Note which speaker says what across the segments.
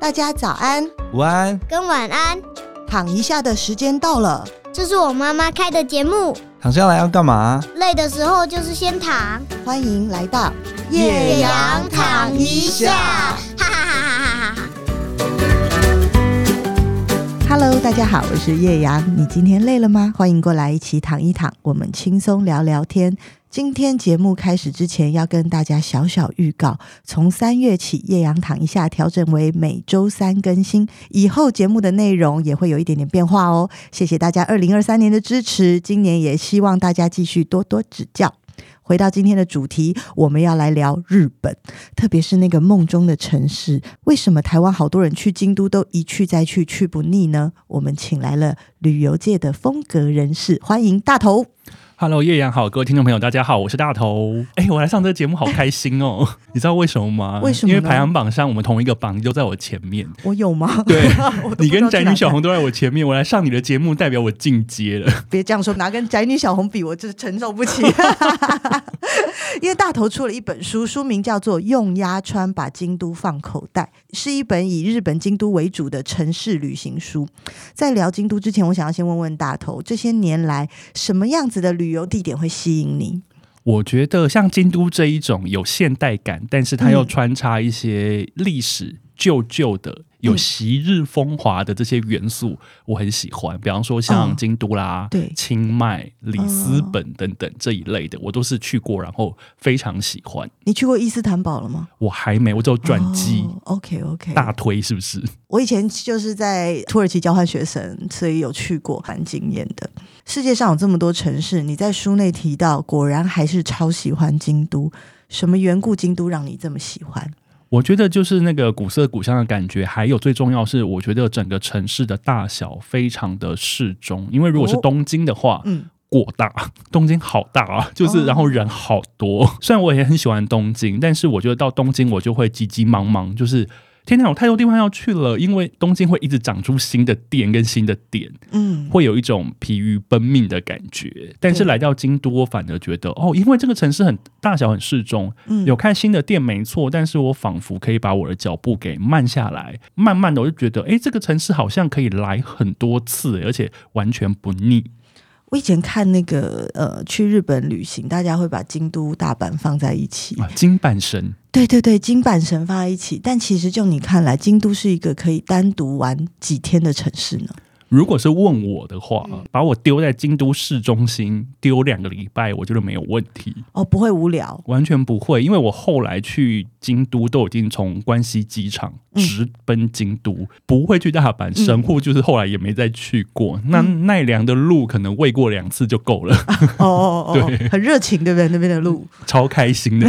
Speaker 1: 大家早安，
Speaker 2: 午安，
Speaker 3: 跟晚安，
Speaker 1: 躺一下的时间到了。
Speaker 3: 这是我妈妈开的节目。
Speaker 2: 躺下来要干嘛？
Speaker 3: 累的时候就是先躺，
Speaker 1: 欢迎来到
Speaker 2: 岳阳
Speaker 3: 躺一下，哈哈哈哈哈哈！
Speaker 1: Hello，大家好，我是叶阳。你今天累了吗？欢迎过来一起躺一躺，我们轻松聊聊天。今天节目开始之前，要跟大家小小预告：从三月起，叶阳躺一下调整为每周三更新，以后节目的内容也会有一点点变化哦。谢谢大家二零二三年的支持，今年也希望大家继续多多指教。回到今天的主题，我们要来聊日本，特别是那个梦中的城市。为什么台湾好多人去京都都一去再去，去不腻呢？我们请来了旅游界的风格人士，欢迎大头。
Speaker 4: Hello，叶阳好，各位听众朋友，大家好，我是大头。 哎、我来上这个节目好开 心哦！你知道为什么吗？
Speaker 1: 为什么呢
Speaker 4: 因为排行榜上我们同一个榜就在我前面，
Speaker 1: 我有吗？
Speaker 4: 对
Speaker 1: 我都不知道
Speaker 4: 你跟宅
Speaker 1: 去哪
Speaker 4: 女小
Speaker 1: 看
Speaker 4: 红都在我前面，我来上你的节目，代表我进阶 了。
Speaker 1: 别这样说，拿跟宅女小红比，我就是承受不起。 因为大头出了一本书，书名叫做《用鸭川把京都放口袋》，是一本以日本京都为主的城市旅行书。在聊京都之前，我想要先问问大头，这些年来什么样子的旅游地点会吸引你？
Speaker 4: 我觉得像京都这一种有现代感，但是它又穿插一些历史旧旧的、有昔日风华的这些元素，我很喜欢。比方说
Speaker 1: 嗯
Speaker 4: 像京都啦、
Speaker 1: 对
Speaker 4: 清迈、里斯
Speaker 1: 嗯
Speaker 4: 本等等这一类的，我都是去过，然后非常喜欢。
Speaker 1: 你去过伊斯坦堡了吗？哦
Speaker 4: 我还没，我只有转机、
Speaker 1: o k OK，
Speaker 4: 大推，是不是？
Speaker 1: 我以前就是在土耳其交换学生，所以有去过，蛮惊艳的。世界上有这么多城市，你在书内提到，果然还是超喜欢京都。什么缘故京都让你这么喜欢？
Speaker 4: 我觉得就是那个古色古香的感觉，还有最重要是，我觉得整个城市的大小非常的适中，因为如果是
Speaker 1: 哦
Speaker 4: 东京的话。
Speaker 1: 嗯，
Speaker 4: 过大，东京好大啊！就是
Speaker 1: 哦，
Speaker 4: 然后人好多。 虽然我也很喜欢东京，但是我觉得到东京我就会急急忙忙，就是天哪，有太多地方要去了。因为东京会一直长出新的店跟新的点，
Speaker 1: 嗯，
Speaker 4: 会有一种疲于奔命的感觉。但是
Speaker 1: 对
Speaker 4: 来到京都，我反而觉得哦，因为这个城市很大小很适中，
Speaker 1: 嗯
Speaker 4: 有看新的店没错，但是我仿佛可以把我的脚步给慢下来，慢慢的我就觉得，诶，这个城市好像可以来很多次，而且完全不腻。
Speaker 1: 我以前看那个呃，去日本旅行，大家会把京都、大阪放在一起，
Speaker 4: 啊，金半神
Speaker 1: 对对对，京阪神放在一起。但其实就你看来，京都是一个可以单独玩几天的城市呢。
Speaker 4: 如果是问我的话，把我丢在京都市中心丢两个礼拜，我觉得没有问题。
Speaker 1: 哦，不会无聊，
Speaker 4: 完全不会，因为我后来去京都都已经从关西机场
Speaker 1: 嗯
Speaker 4: 直奔京都，不会去大阪。神户就是后来也没再去过。那奈良的路可能喂过两次就够了，
Speaker 1: 哦哦哦哦，很热情，对不对？那边的路。
Speaker 4: 超开心的，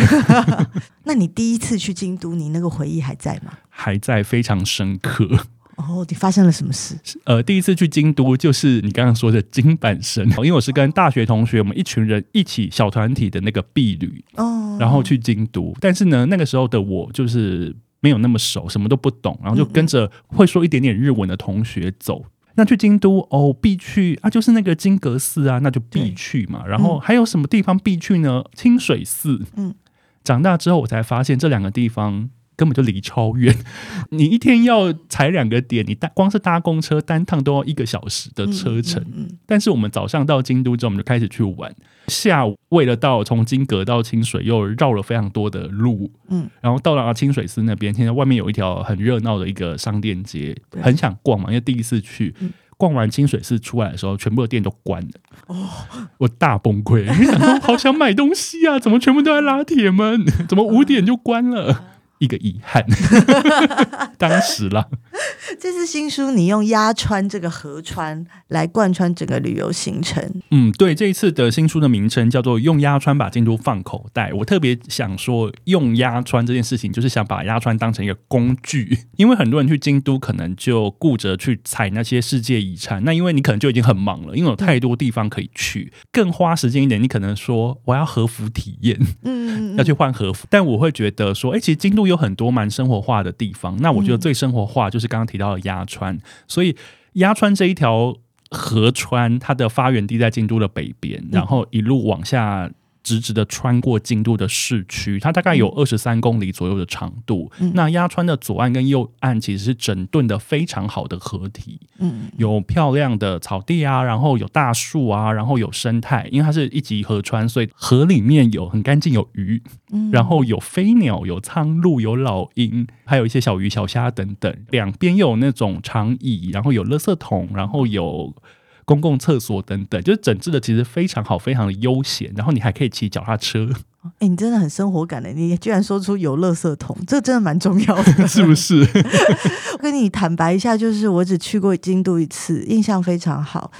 Speaker 1: 那你第一次去京都，你那个回忆还在吗？
Speaker 4: 还在非常深刻。
Speaker 1: 哦，你发生了什么事？
Speaker 4: 呃，第一次去京都就是你刚刚说的金板神，因为我是跟大学同学，我们一群人一起小团体的那个避旅，
Speaker 1: 哦，
Speaker 4: 然后去京都。但是呢，那个时候的我就是没有那么熟，什么都不懂，然后就跟
Speaker 1: 嗯
Speaker 4: 着会说一点点日文的同学走。那去京都哦，必去啊，就是那个金阁寺啊，那就必去嘛。然后还有什么地方必去呢？清水寺。
Speaker 1: 嗯
Speaker 4: 嗯，长大之后我才发现这两个地方。根本就离超 远，你一天要踩两个点，你搭光是搭公车单趟都要一个小时的车程，
Speaker 1: 嗯，嗯
Speaker 4: 但是我们早上到京都之后，我们就开始去玩。下午为了到从金阁到清水，又绕了非常多的路。
Speaker 1: 嗯
Speaker 4: 嗯，然后到了清水寺那边，现在外面有一条很热闹的一个商店街，很想逛嘛，因为第一次去。逛完清水寺出来的时候，全部的店都关了。哦，我大崩 溃，因为想说好想买东西啊，怎么全部都在拉铁门？怎么五点就关了？ 一个遗憾，当时啦。
Speaker 1: 嗯这次新书你用鸭川这个河川来贯穿整个旅游行程，
Speaker 4: 嗯，对，这一次的新书的名称叫做“用鸭川把京都放口袋”。我特别想说，用鸭川这件事情，就是想把鸭川当成一个工具，因为很多人去京都可能就顾着去踩那些世界遗产，那因为你可能就已经很忙了，因为有太多地方可以去，更花时间一点，你可能说我要和服体验，
Speaker 1: 嗯，嗯
Speaker 4: 要去换和服。但我会觉得说，哎、其实京都有很多蛮生活化的地方。那我觉得
Speaker 1: 嗯
Speaker 4: 最生活化就是刚刚提到的鸭川，所以鸭川这一
Speaker 1: 嗯
Speaker 4: 条河川，它的发源地在京都的北边，然后一路往下。直直的穿过京都的市区，它大概
Speaker 1: 嗯
Speaker 4: 有二十三公里左右的长度。那鸭川的左岸跟右岸其实是整顿的非常好的河堤，
Speaker 1: 嗯，
Speaker 4: 有漂亮的草地啊，然后有大树啊，然后有生态，因为它是一级河川，所以河里面有很干净，有鱼，然后有飞鸟，有苍鹭，有老鹰，还有一些小鱼、小虾等等。两边又有那种长椅，然后有垃圾桶，然后有。公共厕所等等，就是整治的其实非常好，非常的悠闲。然后你还可以骑脚踏车，
Speaker 1: 哎、你真的很生活感的，欸你居然说出有垃圾桶，这真的蛮重要的。
Speaker 4: 是不是？
Speaker 1: 我跟你坦白一下，就是我只去过京都一次，印象非常好。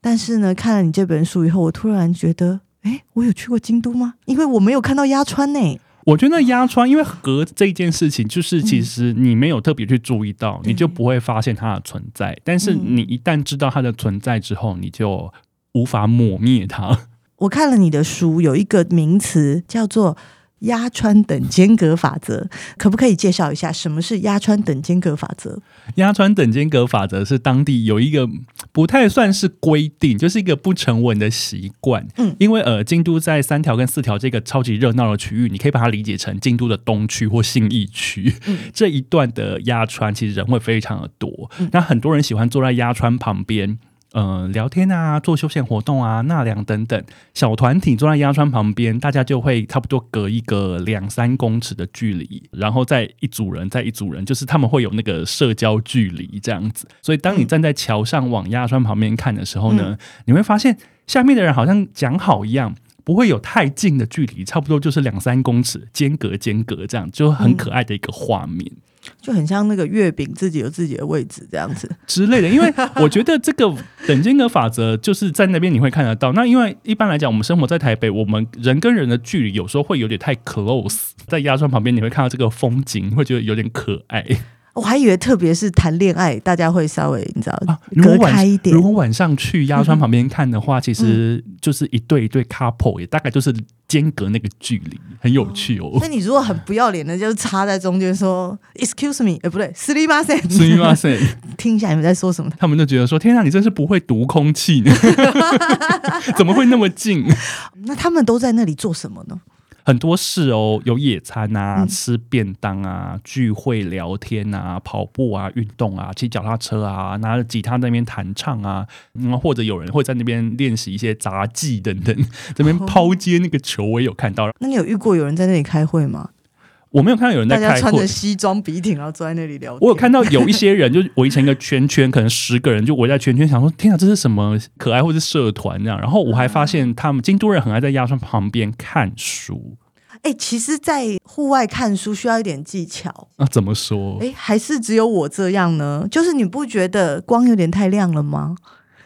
Speaker 1: 但是呢，看了你这本书以后，我突然觉得，哎，我有去过京都吗？因为我没有看到欸鸭川呢、
Speaker 4: 我觉得压川，因为河这件事情，就是其实你没有特别去注意到，你就不会发现它的存在。但是你一旦知道它的存在之后，你就无法抹灭它。
Speaker 1: 我看了你的书，有一个名词叫做“压川等间隔法则”，可不可以介绍一下什么是压川等间隔法则？
Speaker 4: 压川等间隔法则是当地有一个不太算是规定，就是一个不成文的习惯。
Speaker 1: 嗯
Speaker 4: 因为呃，京都在三条跟四条这个超级热闹的区域，你可以把它理解成京都的东区或信义区。 这一段的鸭川其实人会非常的多，那很多人喜欢坐在鸭川旁边。呃，聊天啊，做休闲活动啊，纳凉等等，小团体坐在鸭川旁边，大家就会差不多隔一个两三公尺的距离，然后再一组人，再一组人，就是他们会有那个社交距离这样子。所以，当你站在桥上往鸭川旁边看的时候呢，你会发现下面的人好像讲好一样，不会有太近的距离，差不多就是两三公尺间隔间隔这样，就很可爱的一个画面。
Speaker 1: 就很像那个月饼自己有自己的位置这样子。
Speaker 4: 之类的，因为我觉得这个等间隔法则就是在那边你会看得到。那因为一般来讲，我们生活在台北，我们人跟人的距离有时候会有点太 close，在鸭川旁边你会看到这个风景，你会觉得有点可爱
Speaker 1: 我还以为特别是谈恋爱，大家会稍微你知道、
Speaker 4: 啊。如果
Speaker 1: 隔
Speaker 4: 晚
Speaker 1: 开一点
Speaker 4: 如。果晚上去鸭川旁边看的话，其实就是一对一对 couple，也大概就是间隔那个距离，很有趣哦。
Speaker 1: 那你如果很不要脸的，就是插在中间说 “excuse me”，呃，不对 s l i m a s e
Speaker 4: 所以哇塞，
Speaker 1: 听一下你们在说什么。
Speaker 4: 他们就觉得说：“天啊，你真是不会读空气 呢，怎么会那么近？”
Speaker 1: 那他们都在那里做什么呢？
Speaker 4: 很多事哦，有野餐啊、
Speaker 1: 嗯
Speaker 4: 吃便当啊、聚会聊天啊、跑步啊、运动啊、骑脚踏车啊、拿着吉他在那边弹唱啊，嗯，或者有人会在那边练习一些杂技等等，这边
Speaker 1: 哦
Speaker 4: 抛接那个球，我也有看到。
Speaker 1: 那你有遇过有人在那里开会吗？
Speaker 4: 我没有看到有人在
Speaker 1: 大家
Speaker 4: 开
Speaker 1: 穿着
Speaker 4: 会。
Speaker 1: 西装笔挺，然后坐在那里聊天。
Speaker 4: 我有看到有一些人，就是围成一个圈圈，可能十个人就围在圈圈，想说天啊，这是什么可爱或是社团这样。然后我还发现他们京都人很爱在鸭川旁边看书
Speaker 1: 哎、其实，在户外看书需要一点技巧。
Speaker 4: 啊，怎么说？
Speaker 1: 哎、还是只有我这样呢？就是你不觉得光有点太亮了吗？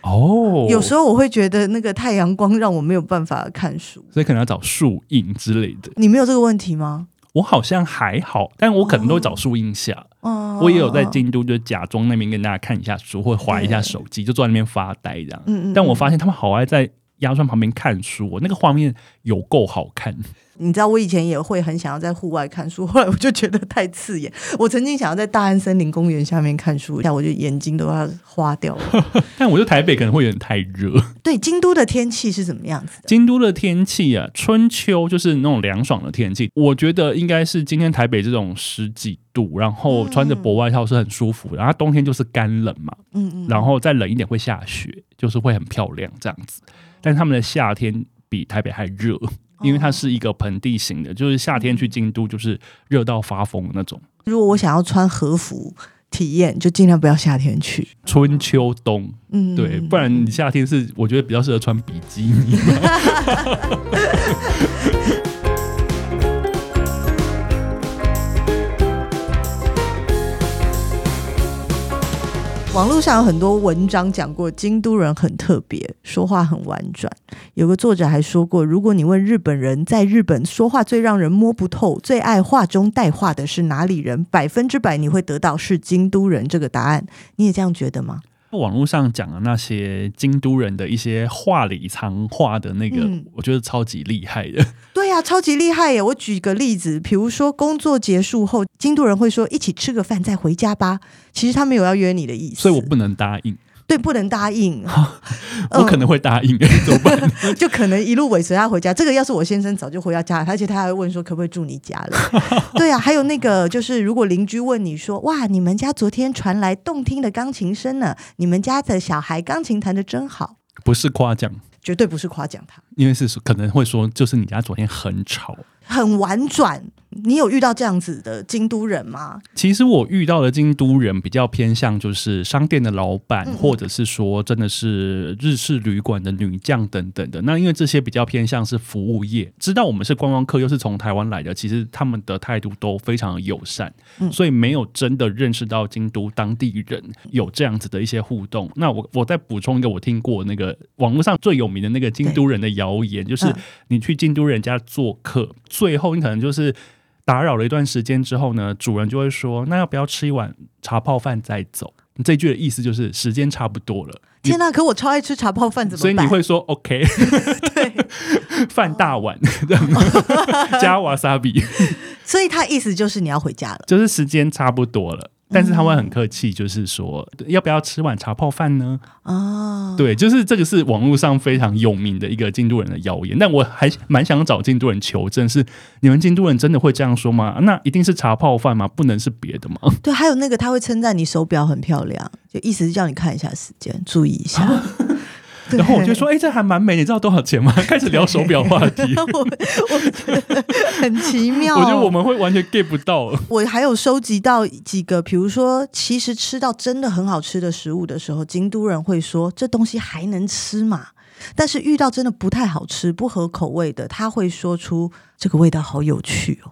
Speaker 4: 哦，
Speaker 1: 有时候我会觉得那个太阳光让我没有办法看书。
Speaker 4: 所以可能要找树荫之类的。
Speaker 1: 你没有这个问题吗？
Speaker 4: 我好像还好，但我可能都会找树荫下。
Speaker 1: 哦，
Speaker 4: 我也有在京都，就假装那边跟大家看一下书，或划一下手机，就坐在那边发呆这样。
Speaker 1: 嗯嗯嗯
Speaker 4: 但我发现他们好爱在鸭川旁边看书，我那个画面有够好看。
Speaker 1: 你知道我以前也会很想要在户外看书， 后来我就觉得太刺眼。我曾经想要在大安森林公园下面看书，但我就眼睛都要花掉 了。
Speaker 4: 但我觉得台北可能会有点太热。
Speaker 1: 对，京都的天气是怎么样子的？
Speaker 4: 京都的天气啊，春秋就是那种凉爽的天气，我觉得应该是今天台北这种十几度，然后穿着薄外套是很舒服的。然后冬天就是干冷嘛，
Speaker 1: 嗯嗯，
Speaker 4: 然后再冷一点会下雪，就是会很漂亮这样子。但他们的夏天比台北还热，
Speaker 1: 哦
Speaker 4: 因为它是一个盆地型的，就是夏天去京都就是热到发疯的那种。
Speaker 1: 如果我想要穿和服体验，就尽量不要夏天去。
Speaker 4: 春秋冬，
Speaker 1: 嗯，
Speaker 4: 对，不然你夏天是我觉得比较适合穿比基尼。
Speaker 1: 网络上有很多文章讲过，京都人很特别，说话很婉转。有个作者还说过，如果你问日本人在日本说话最让人摸不透、最爱话中带话的是哪里人，百分之百你会得到是京都人这个答案。你也这样觉得吗？
Speaker 4: 网络上讲的那些京都人的一些话里藏话的那个，
Speaker 1: 嗯
Speaker 4: 我觉得超级厉害的。
Speaker 1: 对呀、超级厉害耶！我举个例子，比如说工作结束后，京都人会说一起吃个饭再回家吧，其实他没有要约你的意思，
Speaker 4: 所以我不能答应。
Speaker 1: 对，不能答 应，
Speaker 4: 我可能会答应， 怎么办？
Speaker 1: 嗯就可能一路尾随他回家。这个要是我先生早就回到家了，而且他还会问说可不可以住你家了。 对啊，还有那个就是，如果邻居问你说哇，你们家昨天传来动听的钢琴声呢，你们家的小孩钢琴弹得真好，
Speaker 4: 不是夸奖，
Speaker 1: 绝对不是夸奖他，
Speaker 4: 因为是说可能会说，就是你家昨天很吵。
Speaker 1: 很婉转。你有遇到这样子的京都人吗？
Speaker 4: 其实我遇到的京都人比较偏向就是商店的老板，
Speaker 1: 嗯嗯
Speaker 4: 或者是说真的是日式旅馆的女将等等的。那因为这些比较偏向是服务业，知道我们是观光客，又是从台湾来的，其实他们的态度都非常的友善，
Speaker 1: 嗯
Speaker 4: 所以没有真的认识到京都当地人有这样子的一些互动。那我我再补充一个，我听过那个网络上最有名的那个京都人的谣言，就是
Speaker 1: 嗯
Speaker 4: 你去京都人家做客，最后你可能就是。打扰了一段时间之后呢，主人就会说：“那要不要吃一碗茶泡饭再走？”这句的意思就是时间差不多了，你
Speaker 1: 天哪、可我超爱吃茶泡饭，怎么
Speaker 4: 所以
Speaker 1: 办？
Speaker 4: 你会说 “OK”，饭 大碗这样加瓦萨比，
Speaker 1: 所以他意思就是你要回家了。
Speaker 4: 就是时间差不多了。但是他会很客气，就是说要不要吃碗茶泡饭呢？
Speaker 1: 哦，
Speaker 4: 对，就是这个是网络上非常有名的一个京都人的谣言，但我还蛮想找京都人求证是，你们京都人真的会这样说吗？那一定是茶泡饭吗？不能是别的吗？
Speaker 1: 对，还有那个他会称赞你手表很漂亮，就意思是叫你看一下时间，注意一 下。对
Speaker 4: 然后我就说，哎、这还蛮美，你知道多少钱 吗？开始聊手表话题，
Speaker 1: 我我觉得很奇妙。哦
Speaker 4: 我觉得我们会完全 get 不到。
Speaker 1: 我还有收集到几个，比如说，其实吃到真的很好吃的食物的时候，京都人会说这东西还能吃嘛。但是遇到真的不太好吃、不合口味的，他会说出这个味道好有趣哦。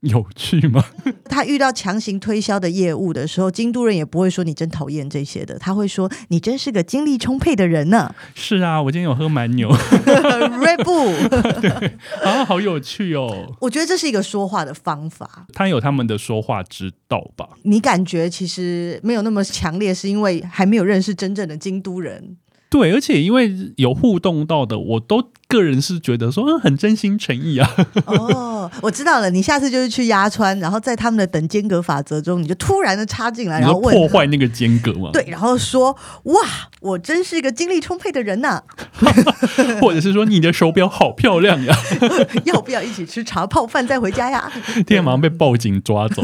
Speaker 4: 有趣吗？
Speaker 1: 他遇到强行推销的业务的时候，京都人也不会说你真讨厌这些的，他会说你真是个精力充沛的人呢。
Speaker 4: 是啊，我今天有喝蛮牛
Speaker 1: Red Bull，
Speaker 4: 啊，好有趣哦。
Speaker 1: 我觉得这是一个说话的方法。
Speaker 4: 他有他们的说话之道吧？
Speaker 1: 你感觉其实没有那么强烈，是因为还没有认识真正的京都人。
Speaker 4: 对，而且因为有互动到的，我都个人是觉得说，嗯，很真心诚意啊。
Speaker 1: 哦，我知道了，你下次就是去压川，然后在他们的等间隔法则中，你就突然的插进来，
Speaker 4: 你
Speaker 1: 然后
Speaker 4: 说
Speaker 1: 问
Speaker 4: 破坏那个间隔嘛？
Speaker 1: 对，，然后说哇，我真是个精力充沛的人呐、
Speaker 4: 或者是说你的手表好漂亮 啊呀，
Speaker 1: 要不要一起吃茶泡饭再回家呀？
Speaker 4: 天啊马上被报警抓走。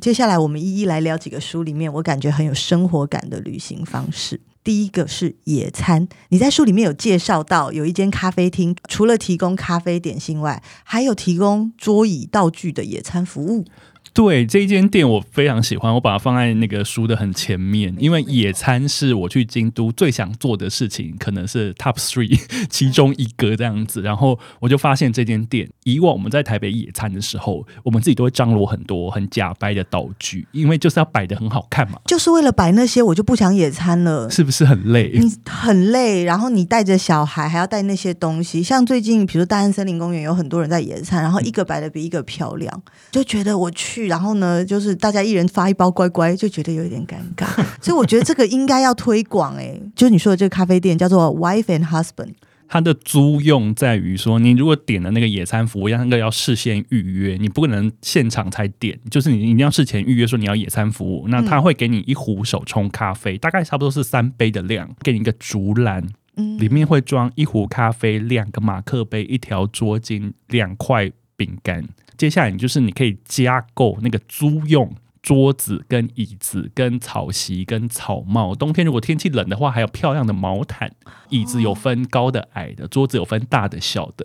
Speaker 1: 接下来我们一一来聊几个书里面我感觉很有生活感的旅行方式。第一个是野餐，你在书里面有介绍到有一间咖啡厅，除了提供咖啡点心外，还有提供桌椅道具的野餐服务。
Speaker 4: 对这一间店我非常喜欢，我把它放在那个书的很前面，因为野餐是我去京都最想做的事情，可能是 top three 其中一个这样子。然后我就发现这间店，以往我们在台北野餐的时候，我们自己都会张罗很多很假掰的道具，因为就是要摆的很好看嘛，
Speaker 1: 就是为了摆那些，我就不想野餐了。
Speaker 4: 是不是很累？
Speaker 1: 你很累，然后你带着小孩还要带那些东西，像最近比如大安森林公园有很多人在野餐，
Speaker 4: 嗯
Speaker 1: 然后一个摆的比一个漂亮，就觉得我去，然后呢，就是大家一人发一包乖乖，就觉得有一点尴 尬，所以我觉得这个应该要推广哎、就是你说的这个咖啡店叫做 Wife and Husband，
Speaker 4: 它的租用在于说，你如果点了那个野餐服务，那个要事先预约，你不可能现场才点，就是你一定要事前预约说你要野餐服务。那他会给你一壶手冲咖啡，大概差不多是三杯的量，给你一个竹篮，
Speaker 1: 嗯
Speaker 4: 里面会装一壶咖啡、两个马克杯、一条桌巾、两块饼干。接下来你就是你可以加购那个租用。桌子跟椅子、跟草席、跟草帽，冬天如果天气冷的话，还有漂亮的毛毯。椅子有分高的、矮的，桌子有分大的、小的，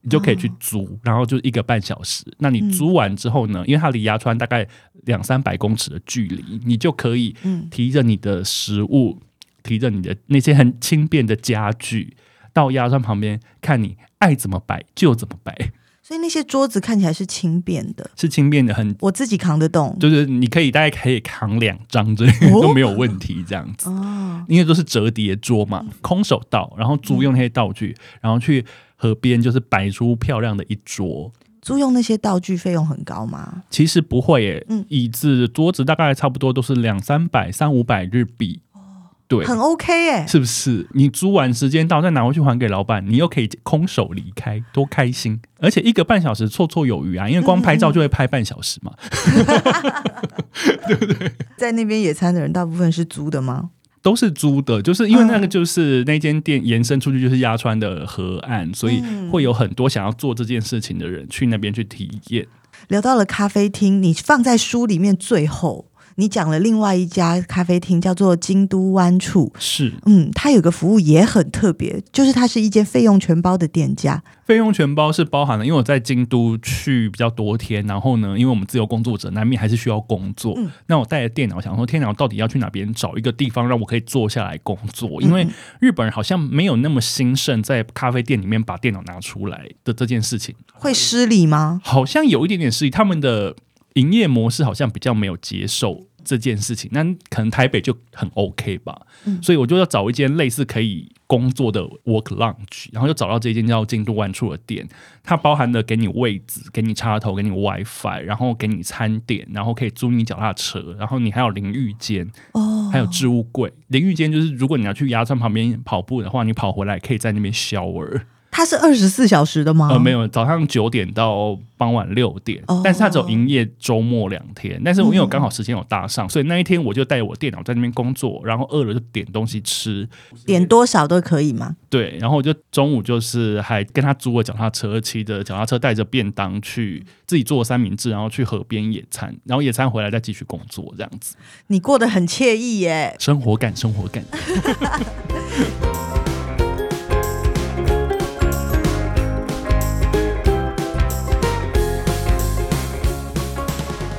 Speaker 4: 你就可以去租，然后就一个半小时。那你租完之后呢？因为它离鸭川大概两三百公尺的距离，你就可以
Speaker 1: 嗯
Speaker 4: 提着你的食物，提着你的那些很轻便的家具，到鸭川旁边看你爱怎么摆就怎么摆，
Speaker 1: 所以那些桌子看起来是轻便的，
Speaker 4: 是轻便的很。
Speaker 1: 我自己扛得动
Speaker 4: 就是你可以大概可以扛两张这类
Speaker 1: 哦
Speaker 4: 都没有问题，这样子。
Speaker 1: 哦，
Speaker 4: 因为都是折叠桌嘛，空手道，然后租用那些道具，然后去河边就是摆出漂亮的一桌。
Speaker 1: 租用那些道具费用很高吗？
Speaker 4: 其实不会耶，
Speaker 1: 嗯
Speaker 4: 椅子、桌子大概差不多都是两三百、三五百日币。对，
Speaker 1: 哦很 OK 哎、
Speaker 4: 是不是？你租完时间到再拿回去还给老板，你又可以空手离开，多开心！而且一个半小时绰绰有余啊，因为
Speaker 1: 嗯
Speaker 4: 光拍照就会拍半小时嘛。
Speaker 1: 在那边野餐的人大部分是租的吗？
Speaker 4: 都是租的，就是因为那个就是那间店延伸出去就是鸭川的河岸，所
Speaker 1: 嗯
Speaker 4: 以会有很多想要做这件事情的人去那边去体验。
Speaker 1: 聊到了咖啡厅，你放在书里面最后，你讲了另外一家咖啡厅叫做京都湾处。
Speaker 4: 是
Speaker 1: 嗯，它有个服务也很特别，就是它是一间费用全包的店家。
Speaker 4: 费用全包是包含了，因为我在京都去比较多天，然后呢，因为我们自由工作者难免还是需要工作，
Speaker 1: 嗯
Speaker 4: 那我带着电脑想说，天哪，我到底要去哪边找一个地方让我可以坐下来工作？因为日本人好像没有那么兴盛在咖啡店里面把电脑拿出来的这件事情。
Speaker 1: 会失礼吗？
Speaker 4: 好像有一点点失意，他们的营业模式好像比较没有接受这件事情。那可能台北就很 OK 吧，所以我就要找一间类似可以工作的 work lounge，然后就找到这间叫京都万处的店，它包含了给你位置、给你插头、给你 WiFi，然后给你餐点，然后可以租你脚踏车，然后你还有淋浴间，
Speaker 1: 哦，
Speaker 4: 还有置物柜。淋浴间就是如果你要去鸭川旁边跑步的话，你跑回来可以在那边 shower。
Speaker 1: 它是二十四小时的吗？
Speaker 4: 呃，没有，早上九点到傍晚六点，
Speaker 1: 哦
Speaker 4: 但是它只有营业周末两天。但是我因为我刚好时间有搭上，所以那一天我就带我电脑在那边工作，然后饿了就点东西吃，
Speaker 1: 点多少都可以吗？
Speaker 4: 对，然后我就中午就是还跟他租了脚踏车，骑着脚踏车带着便当去自己做三明治，然后去河边野餐，然后野餐回来再继续工作，这样子
Speaker 1: 你过得很惬意耶。
Speaker 4: 生活感，生活感。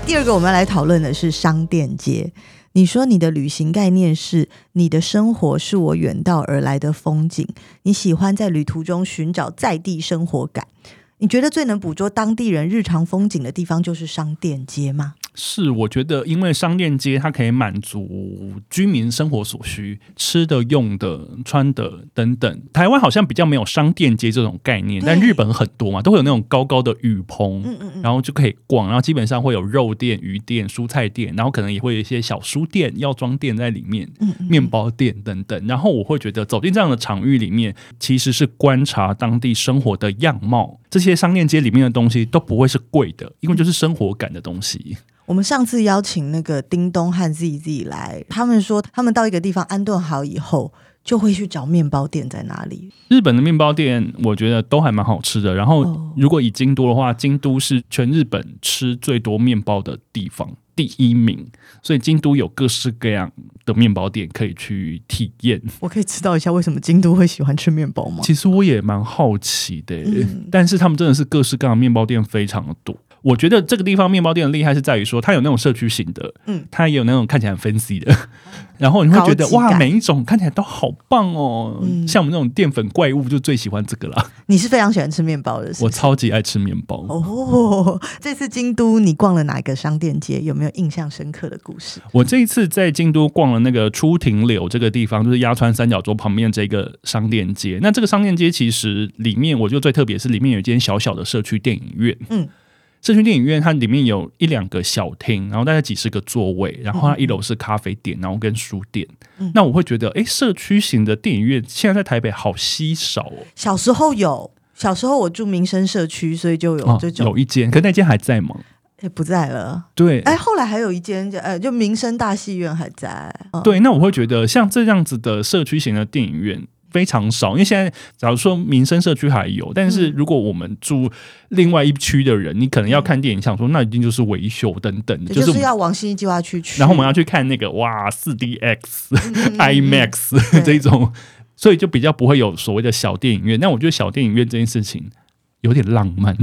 Speaker 1: 第二个我们要来讨论的是商店街。你说你的旅行概念是你的生活是我远道而来的风景，你喜欢在旅途中寻找在地生活感。你觉得最能捕捉当地人日常风景的地方就是商店街吗？
Speaker 4: 是，我觉得因为商店街它可以满足居民生活所需，吃的、用的、穿的等等。台湾好像比较没有商店街这种概念，
Speaker 1: 对
Speaker 4: 但日本很多嘛，都会有那种高高的雨棚，
Speaker 1: 嗯嗯嗯，
Speaker 4: 然后就可以逛，然后基本上会有肉店、鱼店、蔬菜店，然后可能也会有一些小书店、药妆店在里面，
Speaker 1: 嗯
Speaker 4: 面包店等等。然后我会觉得走进这样的场域里面，其实是观察当地生活的样貌。这些商店街里面的东西都不会是贵的，因为就是生活感的东西。
Speaker 1: 我们上次邀请那个叮咚和 ZZ 来，他们说他们到一个地方安顿好以后，就会去找面包店在哪里。
Speaker 4: 日本的面包店，我觉得都还蛮好吃的。然
Speaker 1: 哦
Speaker 4: 后，如果以京都的话，京都是全日本吃最多面包的地方，第一名。所以京都有各式各样的面包店可以去体验。
Speaker 1: 我可以知道一下为什么京都会喜欢吃面包吗？
Speaker 4: 其实我也蛮好奇的、
Speaker 1: 嗯
Speaker 4: 但是他们真的是各式各样的面包店非常的多。我觉得这个地方面包店的厉害是在于说，它有那种社区型的，
Speaker 1: 嗯
Speaker 4: 嗯，它也有那种看起来很 fancy 的，然后你会觉得
Speaker 1: 高级感
Speaker 4: 哇，每一种看起来都好棒哦。
Speaker 1: 嗯
Speaker 4: 像我们那种淀粉怪物就最喜欢这个啦。
Speaker 1: 你是非常喜欢吃面包的，是
Speaker 4: 我
Speaker 1: 不是
Speaker 4: 超级爱吃面包。
Speaker 1: 哦，这次京都你逛了哪个商店街？有没有印象深刻的故事？
Speaker 4: 我这一次在京都逛了那个出庭柳这个地方，就是鸭川三角洲旁边这个商店街。那这个商店街其实里面，我觉得最特别是里面有一间小小的社区电影院。
Speaker 1: 嗯
Speaker 4: 嗯。社区电影院它里面有一两个小厅，然后大概几十个座位，然后它一楼是咖啡店，然后跟书店。
Speaker 1: 嗯
Speaker 4: 那我会觉得，诶，社区型的电影院现在在台北好稀少哦。
Speaker 1: 小时候有，小时候我住民生社区，所以就有这种，
Speaker 4: 哦有一间，可那间还在吗？
Speaker 1: 哎不在了。
Speaker 4: 对，
Speaker 1: 哎，后来还有一间，呃，就民生大戏院还在。嗯，
Speaker 4: 对，那我会觉得像这样子的社区型的电影院非常少，因为现在假如说民生社区还有，但
Speaker 1: 嗯
Speaker 4: 是如果我们住另外一区的人，你可能要看电影，想说那一定就是维修等等，
Speaker 1: 对
Speaker 4: 就
Speaker 1: 就是是
Speaker 4: 我们。
Speaker 1: 要往新一计划区去。
Speaker 4: 然后我们要去看那个哇，四 DX、
Speaker 1: 嗯
Speaker 4: IMAX
Speaker 1: 对
Speaker 4: 这种，所以就比较不会有所谓的小电影院。那我觉得小电影院这件事情有点浪 漫，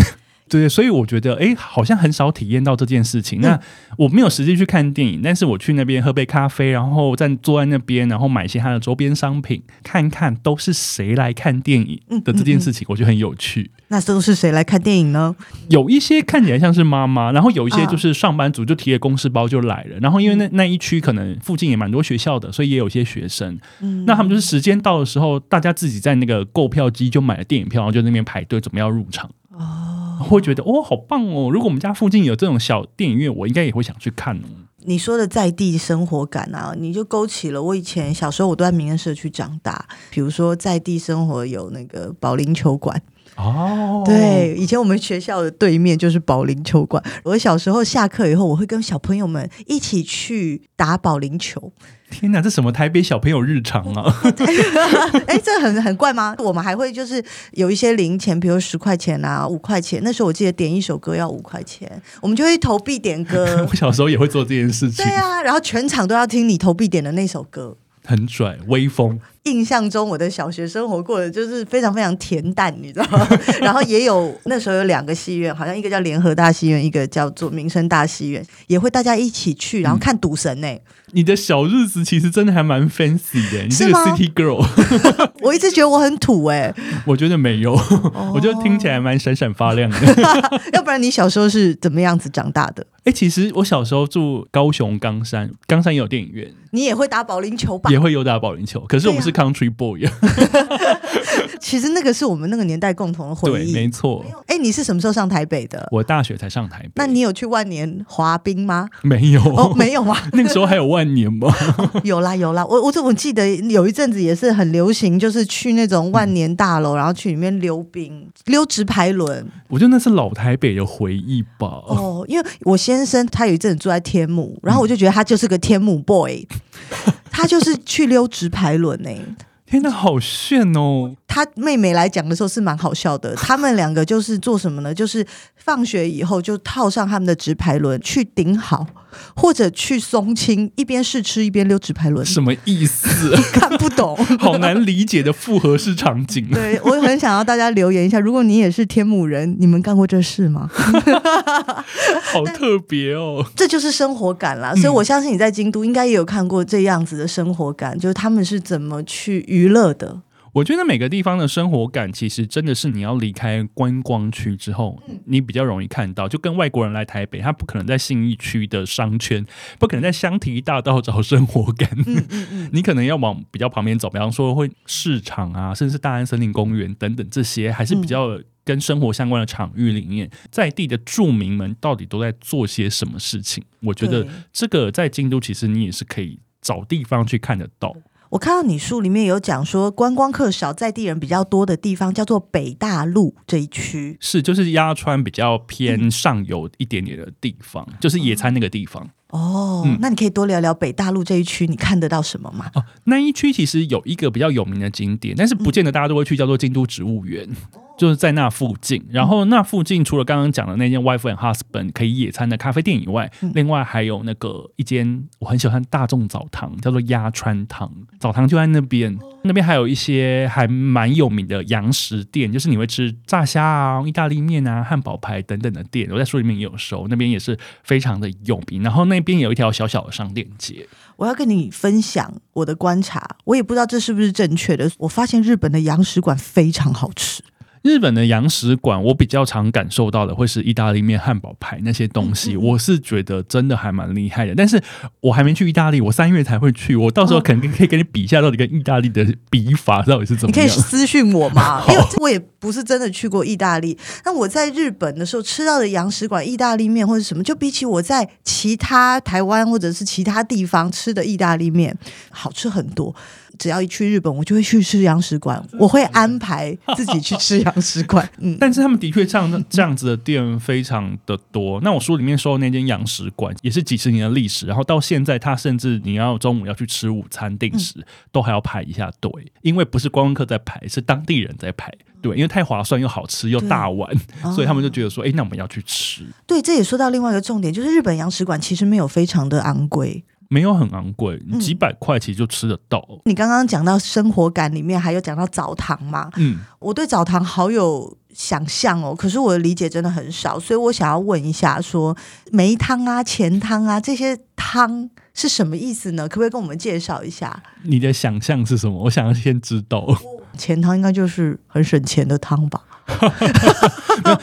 Speaker 4: 对，所以我觉得诶，好像很少体验到这件事
Speaker 1: 嗯
Speaker 4: 情。那我没有实际去看电影，但是我去那边喝杯咖啡，然后站坐在那边，然后买一些它的周边商品，看看都是谁来看电影的这件事
Speaker 1: 嗯
Speaker 4: 情，我觉得很有趣。
Speaker 1: 那都是谁来看电影呢？
Speaker 4: 有一些看起来像是妈妈，然后有一些
Speaker 1: 啊嗯
Speaker 4: 就是上班族就提着公事包就来了，然后因为那那一区可能附近也蛮多学校的，所以也有一些学生，
Speaker 1: 嗯
Speaker 4: 那他们就是时间到的时候，大家自己在那个购票机就买了电影票，然后就在那边排队准备要入场。哦，会觉得哦，好棒哦！如果我们家附近有这种小电影院，我应该也会想去看哦。
Speaker 1: 你说的在地生活感啊，你就勾起了我以前小时候我都在民安社区长大，比如说在地生活有那个保龄球馆，
Speaker 4: 哦，
Speaker 1: 对，以前我们学校的对面就是保龄球馆。我小时候下课以后，我会跟小朋友们一起去打保龄 球。
Speaker 4: 天哪，这什么台北小朋友日常 啊！
Speaker 1: 哎，这很很怪吗？我们还会就是有一些零钱，比如十块钱啊、五块钱。那时候我记得点一首歌要五块钱，我们就会投币点歌
Speaker 4: 我。小时候也会做这件事情
Speaker 1: 对，啊，然后全场都要听你投币点的那首歌。
Speaker 4: 很拽，威风。
Speaker 1: 印象中我的小学生活过得就是非常非常恬淡，你知道吗？ 然后也有那时候有两个戏院，好像一个叫联合大戏院，一个叫做民生大戏院，也会大家一起去，然后看赌神呢、
Speaker 4: 你的小日子其实真的还蛮 fancy 的，你这
Speaker 1: 是
Speaker 4: 个
Speaker 1: 吗
Speaker 4: city girl，
Speaker 1: 我一直觉得我很土哎、
Speaker 4: 我觉得没有，
Speaker 1: 哦
Speaker 4: 我觉得听起来蛮闪闪发亮的。
Speaker 1: 要不然你小时候是怎么样子长大的？
Speaker 4: 哎、其实我小时候住高雄冈山，冈山也有电影院，
Speaker 1: 你也会打保龄球吧？
Speaker 4: 也会有打保龄球。可是我们是
Speaker 1: 对啊
Speaker 4: country boy，、
Speaker 1: 其实那个是我们那个年代共同的回
Speaker 4: 对，没
Speaker 1: 忆。
Speaker 4: 错。
Speaker 1: 哎、你是什么时候上台北的？
Speaker 4: 我大学才上台北，
Speaker 1: 那你有去万年滑冰吗？
Speaker 4: 没有？
Speaker 1: 哦，没有吗？
Speaker 4: 那个时候还有万 年吗？
Speaker 1: 有啦有啦，我我我记得有一阵子也是很流行，就是去那种万年大楼，然后去里面溜冰、溜直排轮。
Speaker 4: 我觉得那是老台北的回忆吧。
Speaker 1: 哦，因为我先生他有一阵子住在天母，然后我就觉得他就是个天母 boy，、他就是去溜直排轮呢、
Speaker 4: 天哪，好炫哦！
Speaker 1: 他妹妹来讲的时候是蛮好笑的，他们两个就是做什么呢？就是放学以后就套上他们的直排轮去顶好，或者去松青，一边试吃一边溜直排轮，
Speaker 4: 什么 意思？
Speaker 1: 看不懂。
Speaker 4: 好难理解的复合式 场景。啊
Speaker 1: 对我很想要大家留言一下，如果你也是天母人，你们干过这事吗？
Speaker 4: 好特别哦！
Speaker 1: 这就是生活感啦，所以我相信你在京都应该也有看过这样子的生活感，就是他们是怎么去娱乐的。
Speaker 4: 我觉得每个地方的生活感，其实真的是你要离开观光区之后，你比较容易看到。就跟外国人来台北，他不可能在信义区的商圈， 不可能在香堤大道找生活感。 你可能要往比较旁边走，比方说会市场啊，甚至是大安森林公园等等这些，还是比较跟生活相关的场域里面，在地的住民们到底都在做些什么事情？我觉得
Speaker 1: 对
Speaker 4: 这个在京都其实你也是可以找地方去看得到。
Speaker 1: 我看到你书里面有讲说，观光客少、在地人比较多的地方叫做北大陆这一区。
Speaker 4: 是，就是鸭川比较偏上游一点点的地方，就是野餐那个地方。
Speaker 1: 哦，
Speaker 4: 嗯
Speaker 1: 那你可以多聊聊北大陆这一区，你看得到什么吗？
Speaker 4: 哦，那一区其实有一个比较有名的景点，但是不见得大家都会去，叫做京都植物园。就是在那附近，然后那附近除了刚刚讲的那间 Wife and Husband 可以野餐的咖啡店以外，另外还有那个一间我很喜欢大众澡堂，叫做鸭川堂，澡堂就在那边。那边还有一些还蛮有名的洋食店，就是你会吃炸虾啊、意大利面啊、汉堡排等等的店，我在书里面也有收，那边也是非常的有名。然后那边有一条小小的商店街，
Speaker 1: 我要跟你分享我的观察，我也不知道这是不是正确的。我发现日本的洋食馆非常好吃，
Speaker 4: 日本的洋食馆，我比较常感受到的会是意大利面、汉堡排那些东
Speaker 1: 嗯
Speaker 4: 西，我是觉得真的还蛮厉害的。但是我还没去意大利，我三月才会去，我到时候肯定可以跟你比一下，到底跟意大利的比法到底是怎
Speaker 1: 你
Speaker 4: 么
Speaker 1: 可以
Speaker 4: 样。
Speaker 1: 私讯我 吗？因为我也不是真的去过意大利。那我在日本的时候吃到的洋食馆意大利面或者什么，就比起我在其他台湾或者是其他地方吃的意大利面好吃很多。只要一去日本，我就会去吃洋食馆，我会安排自己去吃洋食馆。嗯，
Speaker 4: 但是他们的确这样这样子的店非常的多。那我书里面说的那间洋食馆也是几十年的历史，然后到现在，它甚至你要中午要去吃午餐定时，都还要排一下队，因为不是观光客在排，是当地人在排。对，因为太划算又好吃又大碗， 所以他们就觉得说，
Speaker 1: 哦
Speaker 4: 哎、那我们要去吃，
Speaker 1: 啊对，这也说到另外一个重点，就是日本洋食馆其实没有非常的昂贵。
Speaker 4: 没有很昂贵，
Speaker 1: 嗯
Speaker 4: 几百块其实就吃得到。
Speaker 1: 你刚刚讲到生活感里面，还有讲到澡堂嘛，
Speaker 4: 嗯，
Speaker 1: 我对澡堂好有想象哦，可是我的理解真的很少，所以我想要问一下说梅汤啊、钱汤啊这些汤是什么意思呢？可不可以跟我们介绍一下？
Speaker 4: 你的想象是什么？我想要先知道。
Speaker 1: 钱汤应该就是很省钱的汤吧？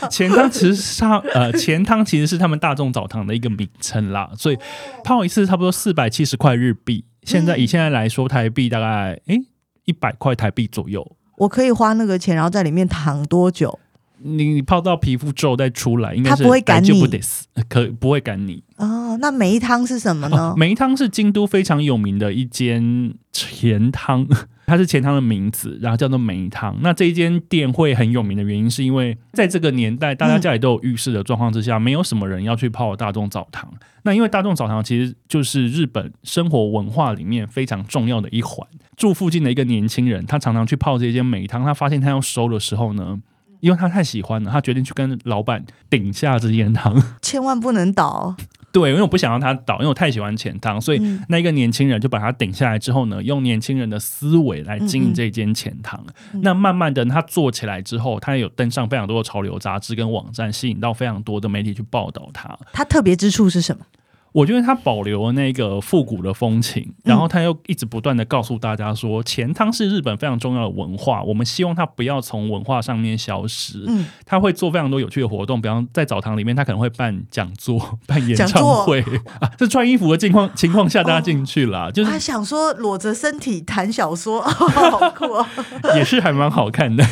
Speaker 4: 钱汤其实是他呃，钱汤其实是他们大众澡堂的一个名称啦，所
Speaker 1: 哦
Speaker 4: 以泡一次差不多四百七十块日币，现
Speaker 1: 嗯
Speaker 4: 在以现在来说台币大概诶一百块台币左右。
Speaker 1: 我可以花那个钱，然后在里面躺多久？
Speaker 4: 你你泡到皮肤皱再出来，应该
Speaker 1: 它
Speaker 4: 是
Speaker 1: 不会赶你
Speaker 4: 就不得死，可不会赶你。
Speaker 1: 哦，那梅汤是什么呢
Speaker 4: 哦，？梅汤是京都非常有名的一间钱汤， 它是钱汤的名字，然后叫做梅汤。那这一间店会很有名的原因，是因为在这个年代，大家家里都有浴室的状况之下，没有什么人要去泡大众澡堂。那因为大众澡堂其实就是日本生活文化里面非常重要的一环。住附近的一个年轻人，他常常去泡这间梅汤，他发现他要收的时候呢。因为他太喜欢了，他决定去跟老板顶下这间汤。
Speaker 1: 千万不能倒。
Speaker 4: 对，因为我不想让他倒，因为我太喜欢钱汤，所以
Speaker 1: 嗯
Speaker 4: 那一个年轻人就把他顶下来之后呢，用年轻人的思维来经营这间钱塘。那慢慢的，他做起来之后，他有登上非常多的潮流杂志跟网站，吸引到非常多的媒体去报道他。
Speaker 1: 它特别之处是什么？
Speaker 4: 我觉得他保留了那个复古的风情，
Speaker 1: 嗯
Speaker 4: 然后他又一直不断的告诉大家说，钱汤是日本非常重要的文化，我们希望它不要从文化上面消失。
Speaker 1: 嗯
Speaker 4: 他会做非常多有趣的活动，比方在澡堂里面，他可能会办讲座、办演
Speaker 1: 讲
Speaker 4: 唱
Speaker 1: 座哦
Speaker 4: 会 啊，是穿衣服的情况情况下大家进去啦，就是
Speaker 1: 他想说裸着身体谈小说， 好酷哦！
Speaker 4: 也是还蛮好看 的，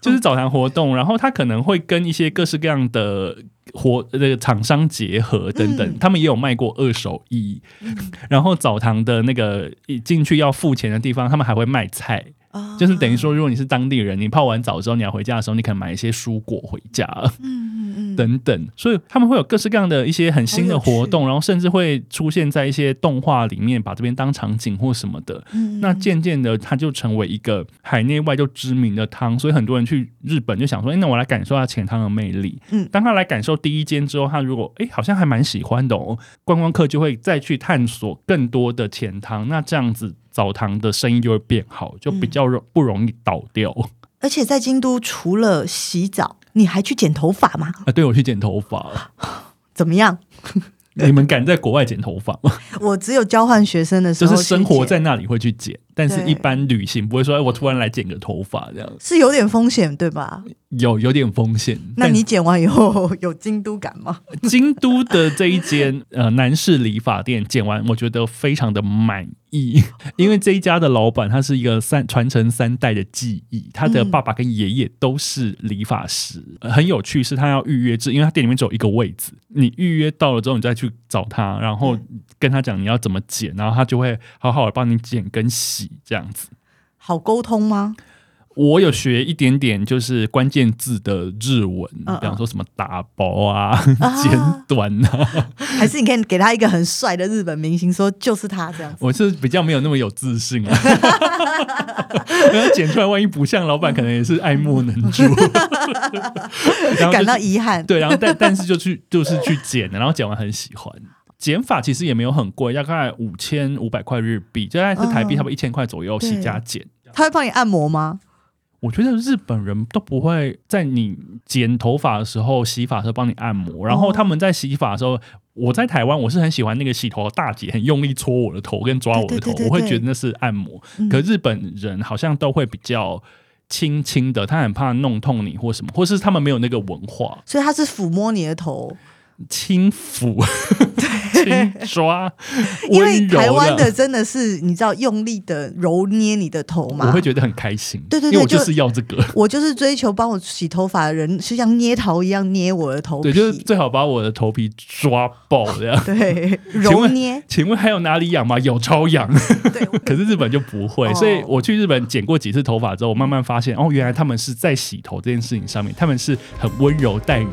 Speaker 4: 就是澡堂活动，然后他可能会跟一些各式各样的活那个厂商结合等等，
Speaker 1: 嗯
Speaker 4: 他们也有卖过二手衣，然后澡堂的那个一进去要付钱的地方，他们还会卖菜。
Speaker 1: 啊
Speaker 4: 就是等于说，如果你是当地人，你泡完澡之后，你要回家的时候，你可能买一些蔬果回家。
Speaker 1: 嗯嗯嗯，
Speaker 4: 等等，所以他们会有各式各样的一些很新的活动，然后甚至会出现在一些动画里面，把这边当场景或什么的。
Speaker 1: 嗯
Speaker 4: 那渐渐的，它就成为一个海内外就知名的汤，所以很多人去日本就想说，哎、那我来感受一下浅汤的魅力。
Speaker 1: 嗯
Speaker 4: 当他来感受第一间之后，他如果哎、好像还蛮喜欢的哦，观光客就会再去探索更多的浅汤，那这样子澡堂的生意就会变好，就比较容不容易倒掉。
Speaker 1: 而且在京都除了洗澡，你还去剪头发吗？
Speaker 4: 啊，对我去剪 头发，
Speaker 1: 怎么样？
Speaker 4: 你们敢在国外剪头发吗？
Speaker 1: 我只有交换学生的时
Speaker 4: 就
Speaker 1: 候去
Speaker 4: 是
Speaker 1: 剪，
Speaker 4: 生活在那里会去剪，但是
Speaker 1: 对
Speaker 4: 一般旅行不会说，哎，我突然来剪个头发这样，
Speaker 1: 是有点风险对吧？
Speaker 4: 有有点风险。
Speaker 1: 那你剪完以后 有京都感吗？
Speaker 4: 但 京都的这一间呃男士理发店剪完，我觉得非常的满意， 因为这一家的老板他是一个三传承三代的技艺，他的
Speaker 1: 嗯
Speaker 4: 爸爸跟爷爷都是理发师，呃很有趣是他要预约制，因为他店里面只有一个位置，你预约到了之后你再去找他，然后跟他讲你要怎么剪，然后他就会好好的帮你剪跟洗这样子。
Speaker 1: 好沟通吗？
Speaker 4: 我有学一点点，就是关键字的日文，
Speaker 1: 嗯
Speaker 4: 比方说什么打薄啊、
Speaker 1: 啊
Speaker 4: 剪短啊，
Speaker 1: 还是你可以给他一个很帅的日本明星，说就是他这样子？
Speaker 4: 我是比较没有那么有自信啊。然后剪出来，万一不像老板，可能也是爱莫能 助。然后就是
Speaker 1: 感到遗憾。
Speaker 4: 对，然后但但是就去就是去剪的，然后剪完很喜欢。剪法其实也没有很贵，大概五千五百块日币，就大概是台币
Speaker 1: 嗯
Speaker 4: 差不多一千块左右，洗加剪。
Speaker 1: 他会帮你按摩吗？
Speaker 4: 我觉得日本人都不会在你剪头发的时候、洗发的时候帮你按摩，然后
Speaker 1: 哦
Speaker 4: 他们在洗发的时候，我在台湾我是很喜欢那个洗头大姐很用力搓我的头跟抓我的头，
Speaker 1: 对对对对
Speaker 4: 我会觉得那是按摩。
Speaker 1: 嗯
Speaker 4: 可日本人好像都会比较轻轻的，他很怕弄痛你或什么，或是他们没有那个文化，
Speaker 1: 所以他是抚摸你的头，
Speaker 4: 轻抚、 轻抓、
Speaker 1: 因
Speaker 4: 温
Speaker 1: 为
Speaker 4: 柔
Speaker 1: 台湾的真的是你知道用力的揉捏你的头嘛？
Speaker 4: 我会觉得很开心，
Speaker 1: 对对对
Speaker 4: 因为我
Speaker 1: 就
Speaker 4: 就是要这个。
Speaker 1: 我就是追求帮我洗头发的人，是像捏陶一样捏我的头皮，
Speaker 4: 对，就是最好把我的头皮抓爆这样。
Speaker 1: 对
Speaker 4: 请
Speaker 1: 揉
Speaker 4: 问
Speaker 1: 捏。
Speaker 4: 请问还有哪里痒吗？有超痒，
Speaker 1: 对，
Speaker 4: 可是日本就不会。
Speaker 1: 哦
Speaker 4: 所以我去日本剪过几次头发之后，我慢慢发现，哦，原来他们是在洗头这件事情上面，他们是很温柔待人。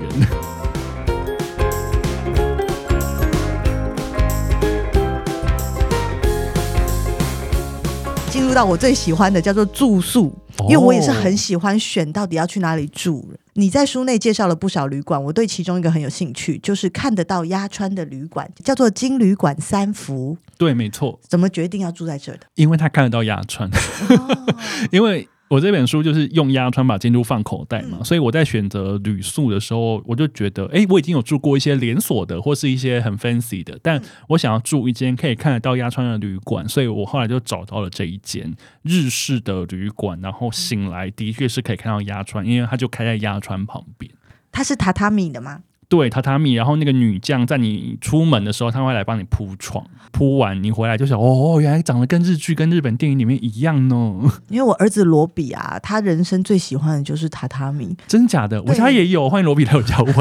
Speaker 1: 进入到我最喜欢的叫做住宿，
Speaker 4: 哦
Speaker 1: 因为我也是很喜欢选到底要去哪里住。你在书内介绍了不少旅馆，我对其中一个很有兴趣，就是看得到鸭川的旅馆，叫做金旅馆三福。
Speaker 4: 对，没错，
Speaker 1: 怎么决定要住在这的？
Speaker 4: 因为他看得到鸭川， 因为。我这本书就是用鸭川把京都放口袋嘛，所以我在选择旅宿的时候，我就觉得，哎、我已经有住过一些连锁的或是一些很 fancy 的，但我想要住一间可以看得到鸭川的旅馆，所以我后来就找到了这一间日式的旅馆，然后醒来的确是可以看到鸭川，因为它就开在鸭川旁边。
Speaker 1: 它是榻榻米的吗？
Speaker 4: 对榻榻米，然后那个女将在你出门的时候，她会来帮你铺床，铺完你回来就想，哦，原来长得跟日剧、跟日本电影里面一样哦，
Speaker 1: 因为我儿子罗比啊，他人生最喜欢的就是榻榻米，
Speaker 4: 真假的？我
Speaker 1: 对
Speaker 4: 家也有，欢迎罗比来我家玩。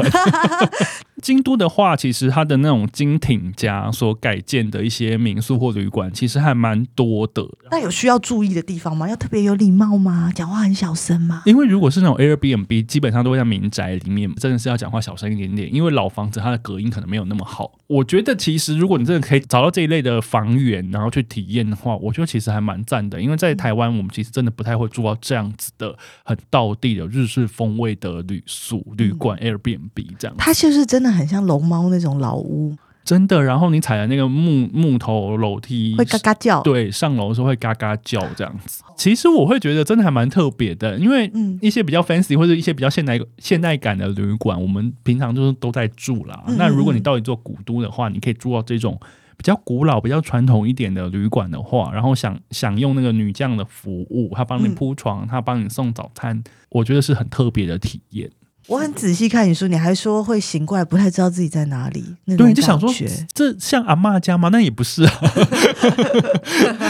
Speaker 4: 京都的话，其实它的那种金町家所改建的一些民宿或旅馆，其实还蛮多的。
Speaker 1: 那有需要注意的地方吗？要特别有礼貌吗？讲话很小声吗？
Speaker 4: 因为如果是那种 Airbnb，基本上都会在民宅里面，真的是要讲话小声一点点，因为老房子它的隔音可能没有那么好。我觉得其实如果你真的可以找到这一类的房源，然后去体验的话，我觉得其实还蛮赞的。因为在台湾，我们其实真的不太会住到这样子的很道地的日式风味的旅宿、
Speaker 1: 嗯
Speaker 4: 旅馆、Airbnb 这样。
Speaker 1: 他就是真的很像龙猫那种老屋，
Speaker 4: 真的，然后你踩的那个木木头楼梯
Speaker 1: 会嘎嘎叫。
Speaker 4: 嗯对，上楼的时候会嘎嘎叫这样子。其实我会觉得真的还蛮特别的，因为
Speaker 1: 嗯
Speaker 4: 一些比较 fancy 或者一些比较现代现代感的旅馆，我们平常就是都在住啦。
Speaker 1: 嗯
Speaker 4: 那如果你
Speaker 1: 嗯嗯
Speaker 4: 到底做古都的话，你可以住到这种比较古老、比较传统一点的旅馆的话，然后享享用那个女将的服务，她帮你
Speaker 1: 嗯
Speaker 4: 铺床，她帮你送早餐，我觉得是很特别的体验。
Speaker 1: 我很仔细看你说，你还说会醒过来，不太知道自己在哪里，那种
Speaker 4: 对，就想说
Speaker 1: 嗯感觉
Speaker 4: 这像阿嬷家吗？那也不 是 啊，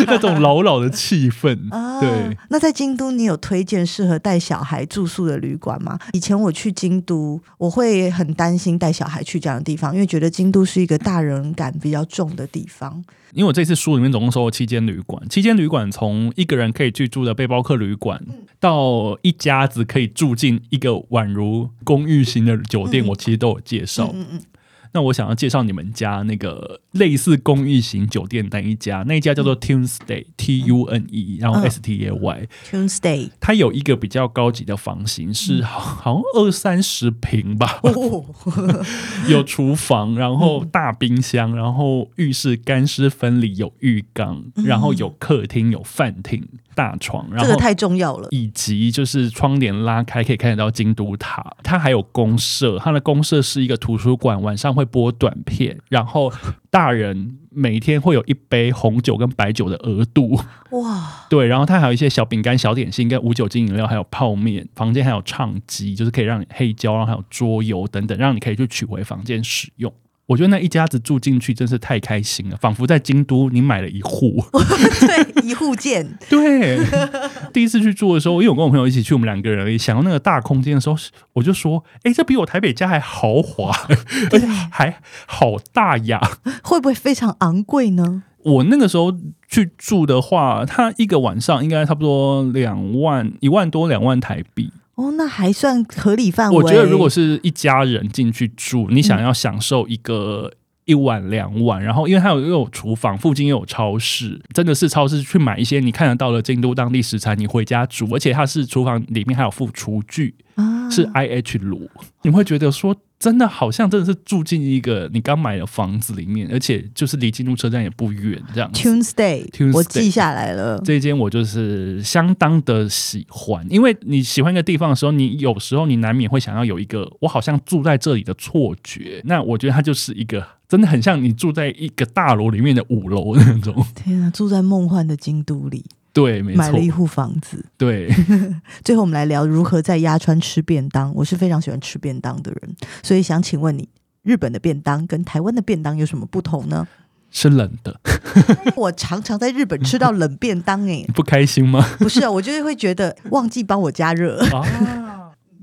Speaker 4: 那种老老的气氛。
Speaker 1: 啊
Speaker 4: 对，
Speaker 1: 那在京都，你有推荐适合带小孩住宿的旅馆吗？以前我去京都，我会很担心带小孩去这样的地方，因为觉得京都是一个大人感比较重的地方。
Speaker 4: 因为我这次书里面总共收了七间旅馆，七间旅馆从一个人可以去住的背包客旅馆，
Speaker 1: 嗯
Speaker 4: 到一家子可以住进一个宛如公寓型的酒店，
Speaker 1: 嗯
Speaker 4: 我其实都有介绍。
Speaker 1: 嗯嗯
Speaker 4: 那我想要介绍你们家那个类似公寓型酒店那一家，那一家叫做 Tuesday，T U N E，然后
Speaker 1: 嗯
Speaker 4: S T A Y，
Speaker 1: ，Tuesday，
Speaker 4: 它有一个比较高级的房型，是好好像二三十平吧，
Speaker 1: 嗯哦，
Speaker 4: 有厨房，然后大冰箱，然后浴室干湿分离，有浴缸，然后有客厅，有饭厅，大床，然
Speaker 1: 嗯这个
Speaker 4: 后。
Speaker 1: 太重要了。
Speaker 4: 以及就是窗帘拉开可以看得到京都塔，它还有公社，它的公社是一个图书馆，晚上会播短片，然后大人每天会有一杯红酒跟白酒的额度，
Speaker 1: 哇，
Speaker 4: 对，然后它还有一些小饼干、小点心跟无酒精饮料，还有泡面。房间还有唱机，就是可以让你黑胶，然后还有桌游等等，让你可以去取回房间使用。我觉得那一家子住进去真是太开心了，仿佛在京都你买了一户。
Speaker 1: 对，一户建，
Speaker 4: 对， 第一次去住的时候，因为我跟我朋友一起去，我们两个人而已想到那个大空间的时候，我就说：“哎，这比我台北家还豪华， 而且还好大呀。”
Speaker 1: 会不会非常昂贵呢？
Speaker 4: 我那个时候去住的话，它一个晚上应该差不多两万一万多两万台币。
Speaker 1: 哦，那还算合理范围。
Speaker 4: 我觉得如果是一家人进去住，你想要享受一个。一碗两碗，然后因为它有又有厨房，附近又有超市，真的是超市去买一些你看得到的京都当地食材，你回家煮，而且它是厨房里面还有附厨具，
Speaker 1: 啊
Speaker 4: 是 IH 炉，你会觉得说真的好像真的是住进一个你刚买的房子里面，而且就是离京都车站也不远这样子。
Speaker 1: Tuesday，
Speaker 4: Tuesday
Speaker 1: 我记下来了。
Speaker 4: 这一间我就是相当的喜欢，因为你喜欢一个地方的时候，你有时候你难免会想要有一个我好像住在这里的错觉。那我觉得它就是一个真的很像你住在一个大楼里面的五楼那种。
Speaker 1: 天啊，住在梦幻的京都里，
Speaker 4: 对，没
Speaker 1: 买了一
Speaker 4: 错，
Speaker 1: 户房子。
Speaker 4: 对，
Speaker 1: 最后，我们来聊如何在鸭川吃便当。我是非常喜欢吃便当的人，所以想请问你，日本的便当跟台湾的便当有什么不同 呢？
Speaker 4: 是冷的，
Speaker 1: 我常常在日本吃到冷便当、欸，
Speaker 4: 你不开心吗？
Speaker 1: 不是、啊，我就是会觉得忘记帮我加热。
Speaker 4: 啊。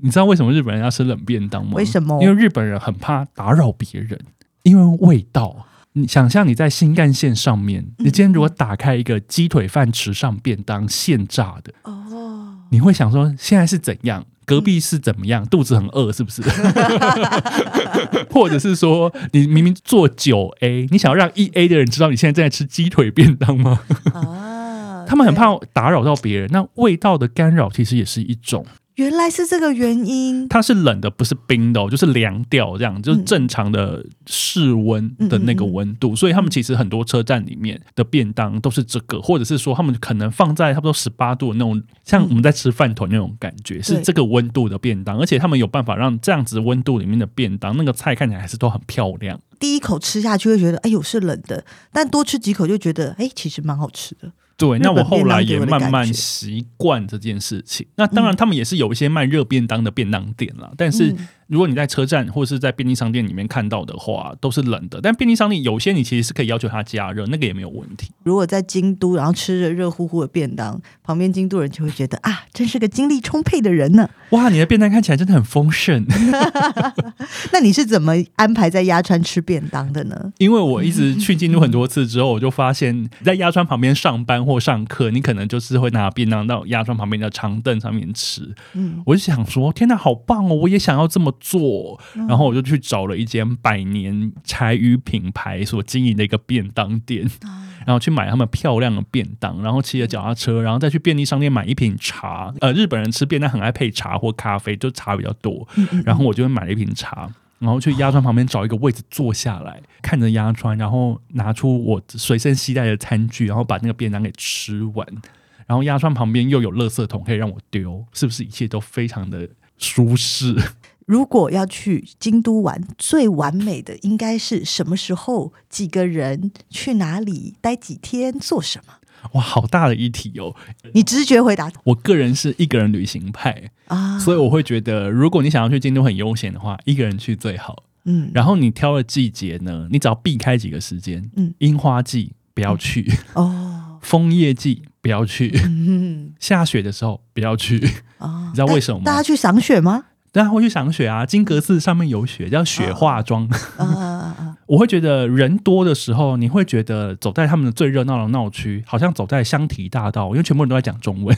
Speaker 4: 你知道为什么日本人要吃冷便当吗？
Speaker 1: 为什么
Speaker 4: 因为日本人很怕打扰别人，因为味道。你想象你在新干线上面，
Speaker 1: 嗯
Speaker 4: 你今天如果打开一个鸡腿饭池上便当现炸的，
Speaker 1: 哦，
Speaker 4: 你会想说现在是怎样，隔壁是怎么样，肚子很饿是不是？或者是说你明明做九 A，你想要让一 A 的人知道你现在正在吃鸡腿便当吗？
Speaker 1: 啊，
Speaker 4: 他们很
Speaker 1: 对
Speaker 4: 怕打扰到别人，那味道的干扰其实也是一种。
Speaker 1: 原来是这个原因。
Speaker 4: 它是冷的，不是冰的、哦，就是凉掉这样，就是
Speaker 1: 嗯
Speaker 4: 正常的室温的那个温度。所以他们其实很多车站里面的便当都是这个，或者是说他们可能放在差不多十八度的那种，像我们在吃饭团那种感觉，是这个温度的便当。而且他们有办法让这样子温度里面的便当，那个菜看起来还是都很漂亮。
Speaker 1: 第一口吃下去会觉得，哎呦是冷的，但多吃几口就觉得，哎，其实蛮好吃的。
Speaker 4: 对，
Speaker 1: 日
Speaker 4: 那
Speaker 1: 本
Speaker 4: 我后来也
Speaker 1: 便当给我的
Speaker 4: 慢慢
Speaker 1: 感觉
Speaker 4: 习惯这件事情。那当然，他们也是有一些卖热便当的便当店啦，但是
Speaker 1: 嗯
Speaker 4: 如果你在车站或是在便利商店里面看到的话，都是冷的。但便利商店有些你其实是可以要求它加热，那个也没有问题。
Speaker 1: 如果在京都，然后吃着热乎乎的便当，旁边京都人就会觉得啊，真是个精力充沛的人呢。
Speaker 4: 哇，你的便当看起来真的很丰盛，
Speaker 1: 那你是怎么安排在鸭川吃便当的呢？
Speaker 4: 因为我一直去京都很多次之后，我就发现，在鸭川旁边上班或上课，你可能就是会拿便当到鸭川旁边的长凳上面吃。
Speaker 1: 嗯，
Speaker 4: 我就想说，天哪，好棒哦！我也想要这么做。然后我就去找了一间百年柴鱼品牌所经营的一个便当店，然后去买他们漂亮的便当，然后骑着脚踏车，然后再去便利商店买一瓶茶。呃，日本人吃便当很爱配茶或咖啡，就茶比较多。然后我就买了一瓶茶。然后去鸭川旁边找一个位置坐下来，看着鸭川，然后拿出我随身携带的餐具，然后把那个便当给吃完。然后鸭川旁边又有垃圾桶可以让我丢，是不是一切都非常的舒适？
Speaker 1: 如果要去京都玩，最完美的应该是什么时候、几个人、去哪里、待几天、做什么？
Speaker 4: 哇，好大的一题哦！
Speaker 1: 你直觉回答
Speaker 4: 我个人是一个人旅行派，
Speaker 1: 啊，
Speaker 4: 所以我会觉得，如果你想要去京都很悠闲的话，一个人去最好。
Speaker 1: 嗯，
Speaker 4: 然后你挑了季节呢，你只要避开几个时间，
Speaker 1: 嗯
Speaker 4: 樱花季不要去，
Speaker 1: 哦，
Speaker 4: 枫叶季不要去，
Speaker 1: 嗯
Speaker 4: 下雪的时候不要去。
Speaker 1: 啊，
Speaker 4: 你知道为什么吗
Speaker 1: 大大家去赏雪吗？
Speaker 4: 大家会去赏雪啊，金阁寺上面有雪，叫雪化妆。
Speaker 1: 啊啊啊啊！
Speaker 4: 我会觉得人多的时候，你会觉得走在他们的最热闹的闹区，好像走在香堤大道，因为全部人都在讲中 文。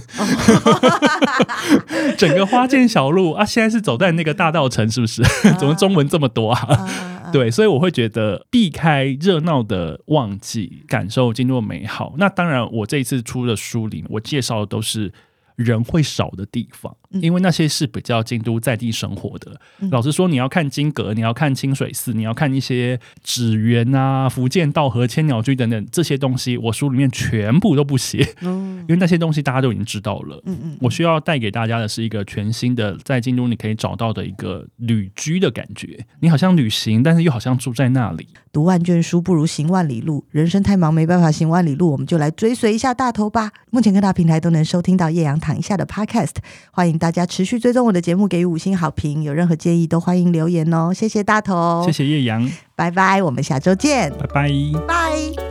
Speaker 4: 整个花见小路啊，现在是走在那个大道城，是不是？怎么中文这么多啊？
Speaker 1: 啊啊啊
Speaker 4: 对，所以我会觉得避开热闹的旺季，感受京都的美好。那当然，我这一次出的书里，我介绍的都是人会少的地方，
Speaker 1: 嗯
Speaker 4: 因为那些是比较京都在地生活的。老实说，你要看金阁，你要看清水寺，你要看一些纸园啊、福建道和千鸟居等等这些东西，我书里面全部都不写，
Speaker 1: 嗯
Speaker 4: 因为那些东西大家都已经知道了。
Speaker 1: 嗯嗯，
Speaker 4: 我需要带给大家的是一个全新的，在京都你可以找到的一个旅居的感觉。你好像旅行，但是又好像住在那里。
Speaker 1: 读万卷书不如行万里路，人生太忙没办法行万里路，我们就来追随一下大头吧。目前各大平台都能收听到叶阳躺一下的 Podcast，欢迎大家持续追踪我的节目，给予五星好评，有任何建议都欢迎留言哦。谢谢大头，
Speaker 4: 谢谢叶阳，
Speaker 1: 拜拜，我们下周见，
Speaker 4: 拜拜。
Speaker 1: 拜。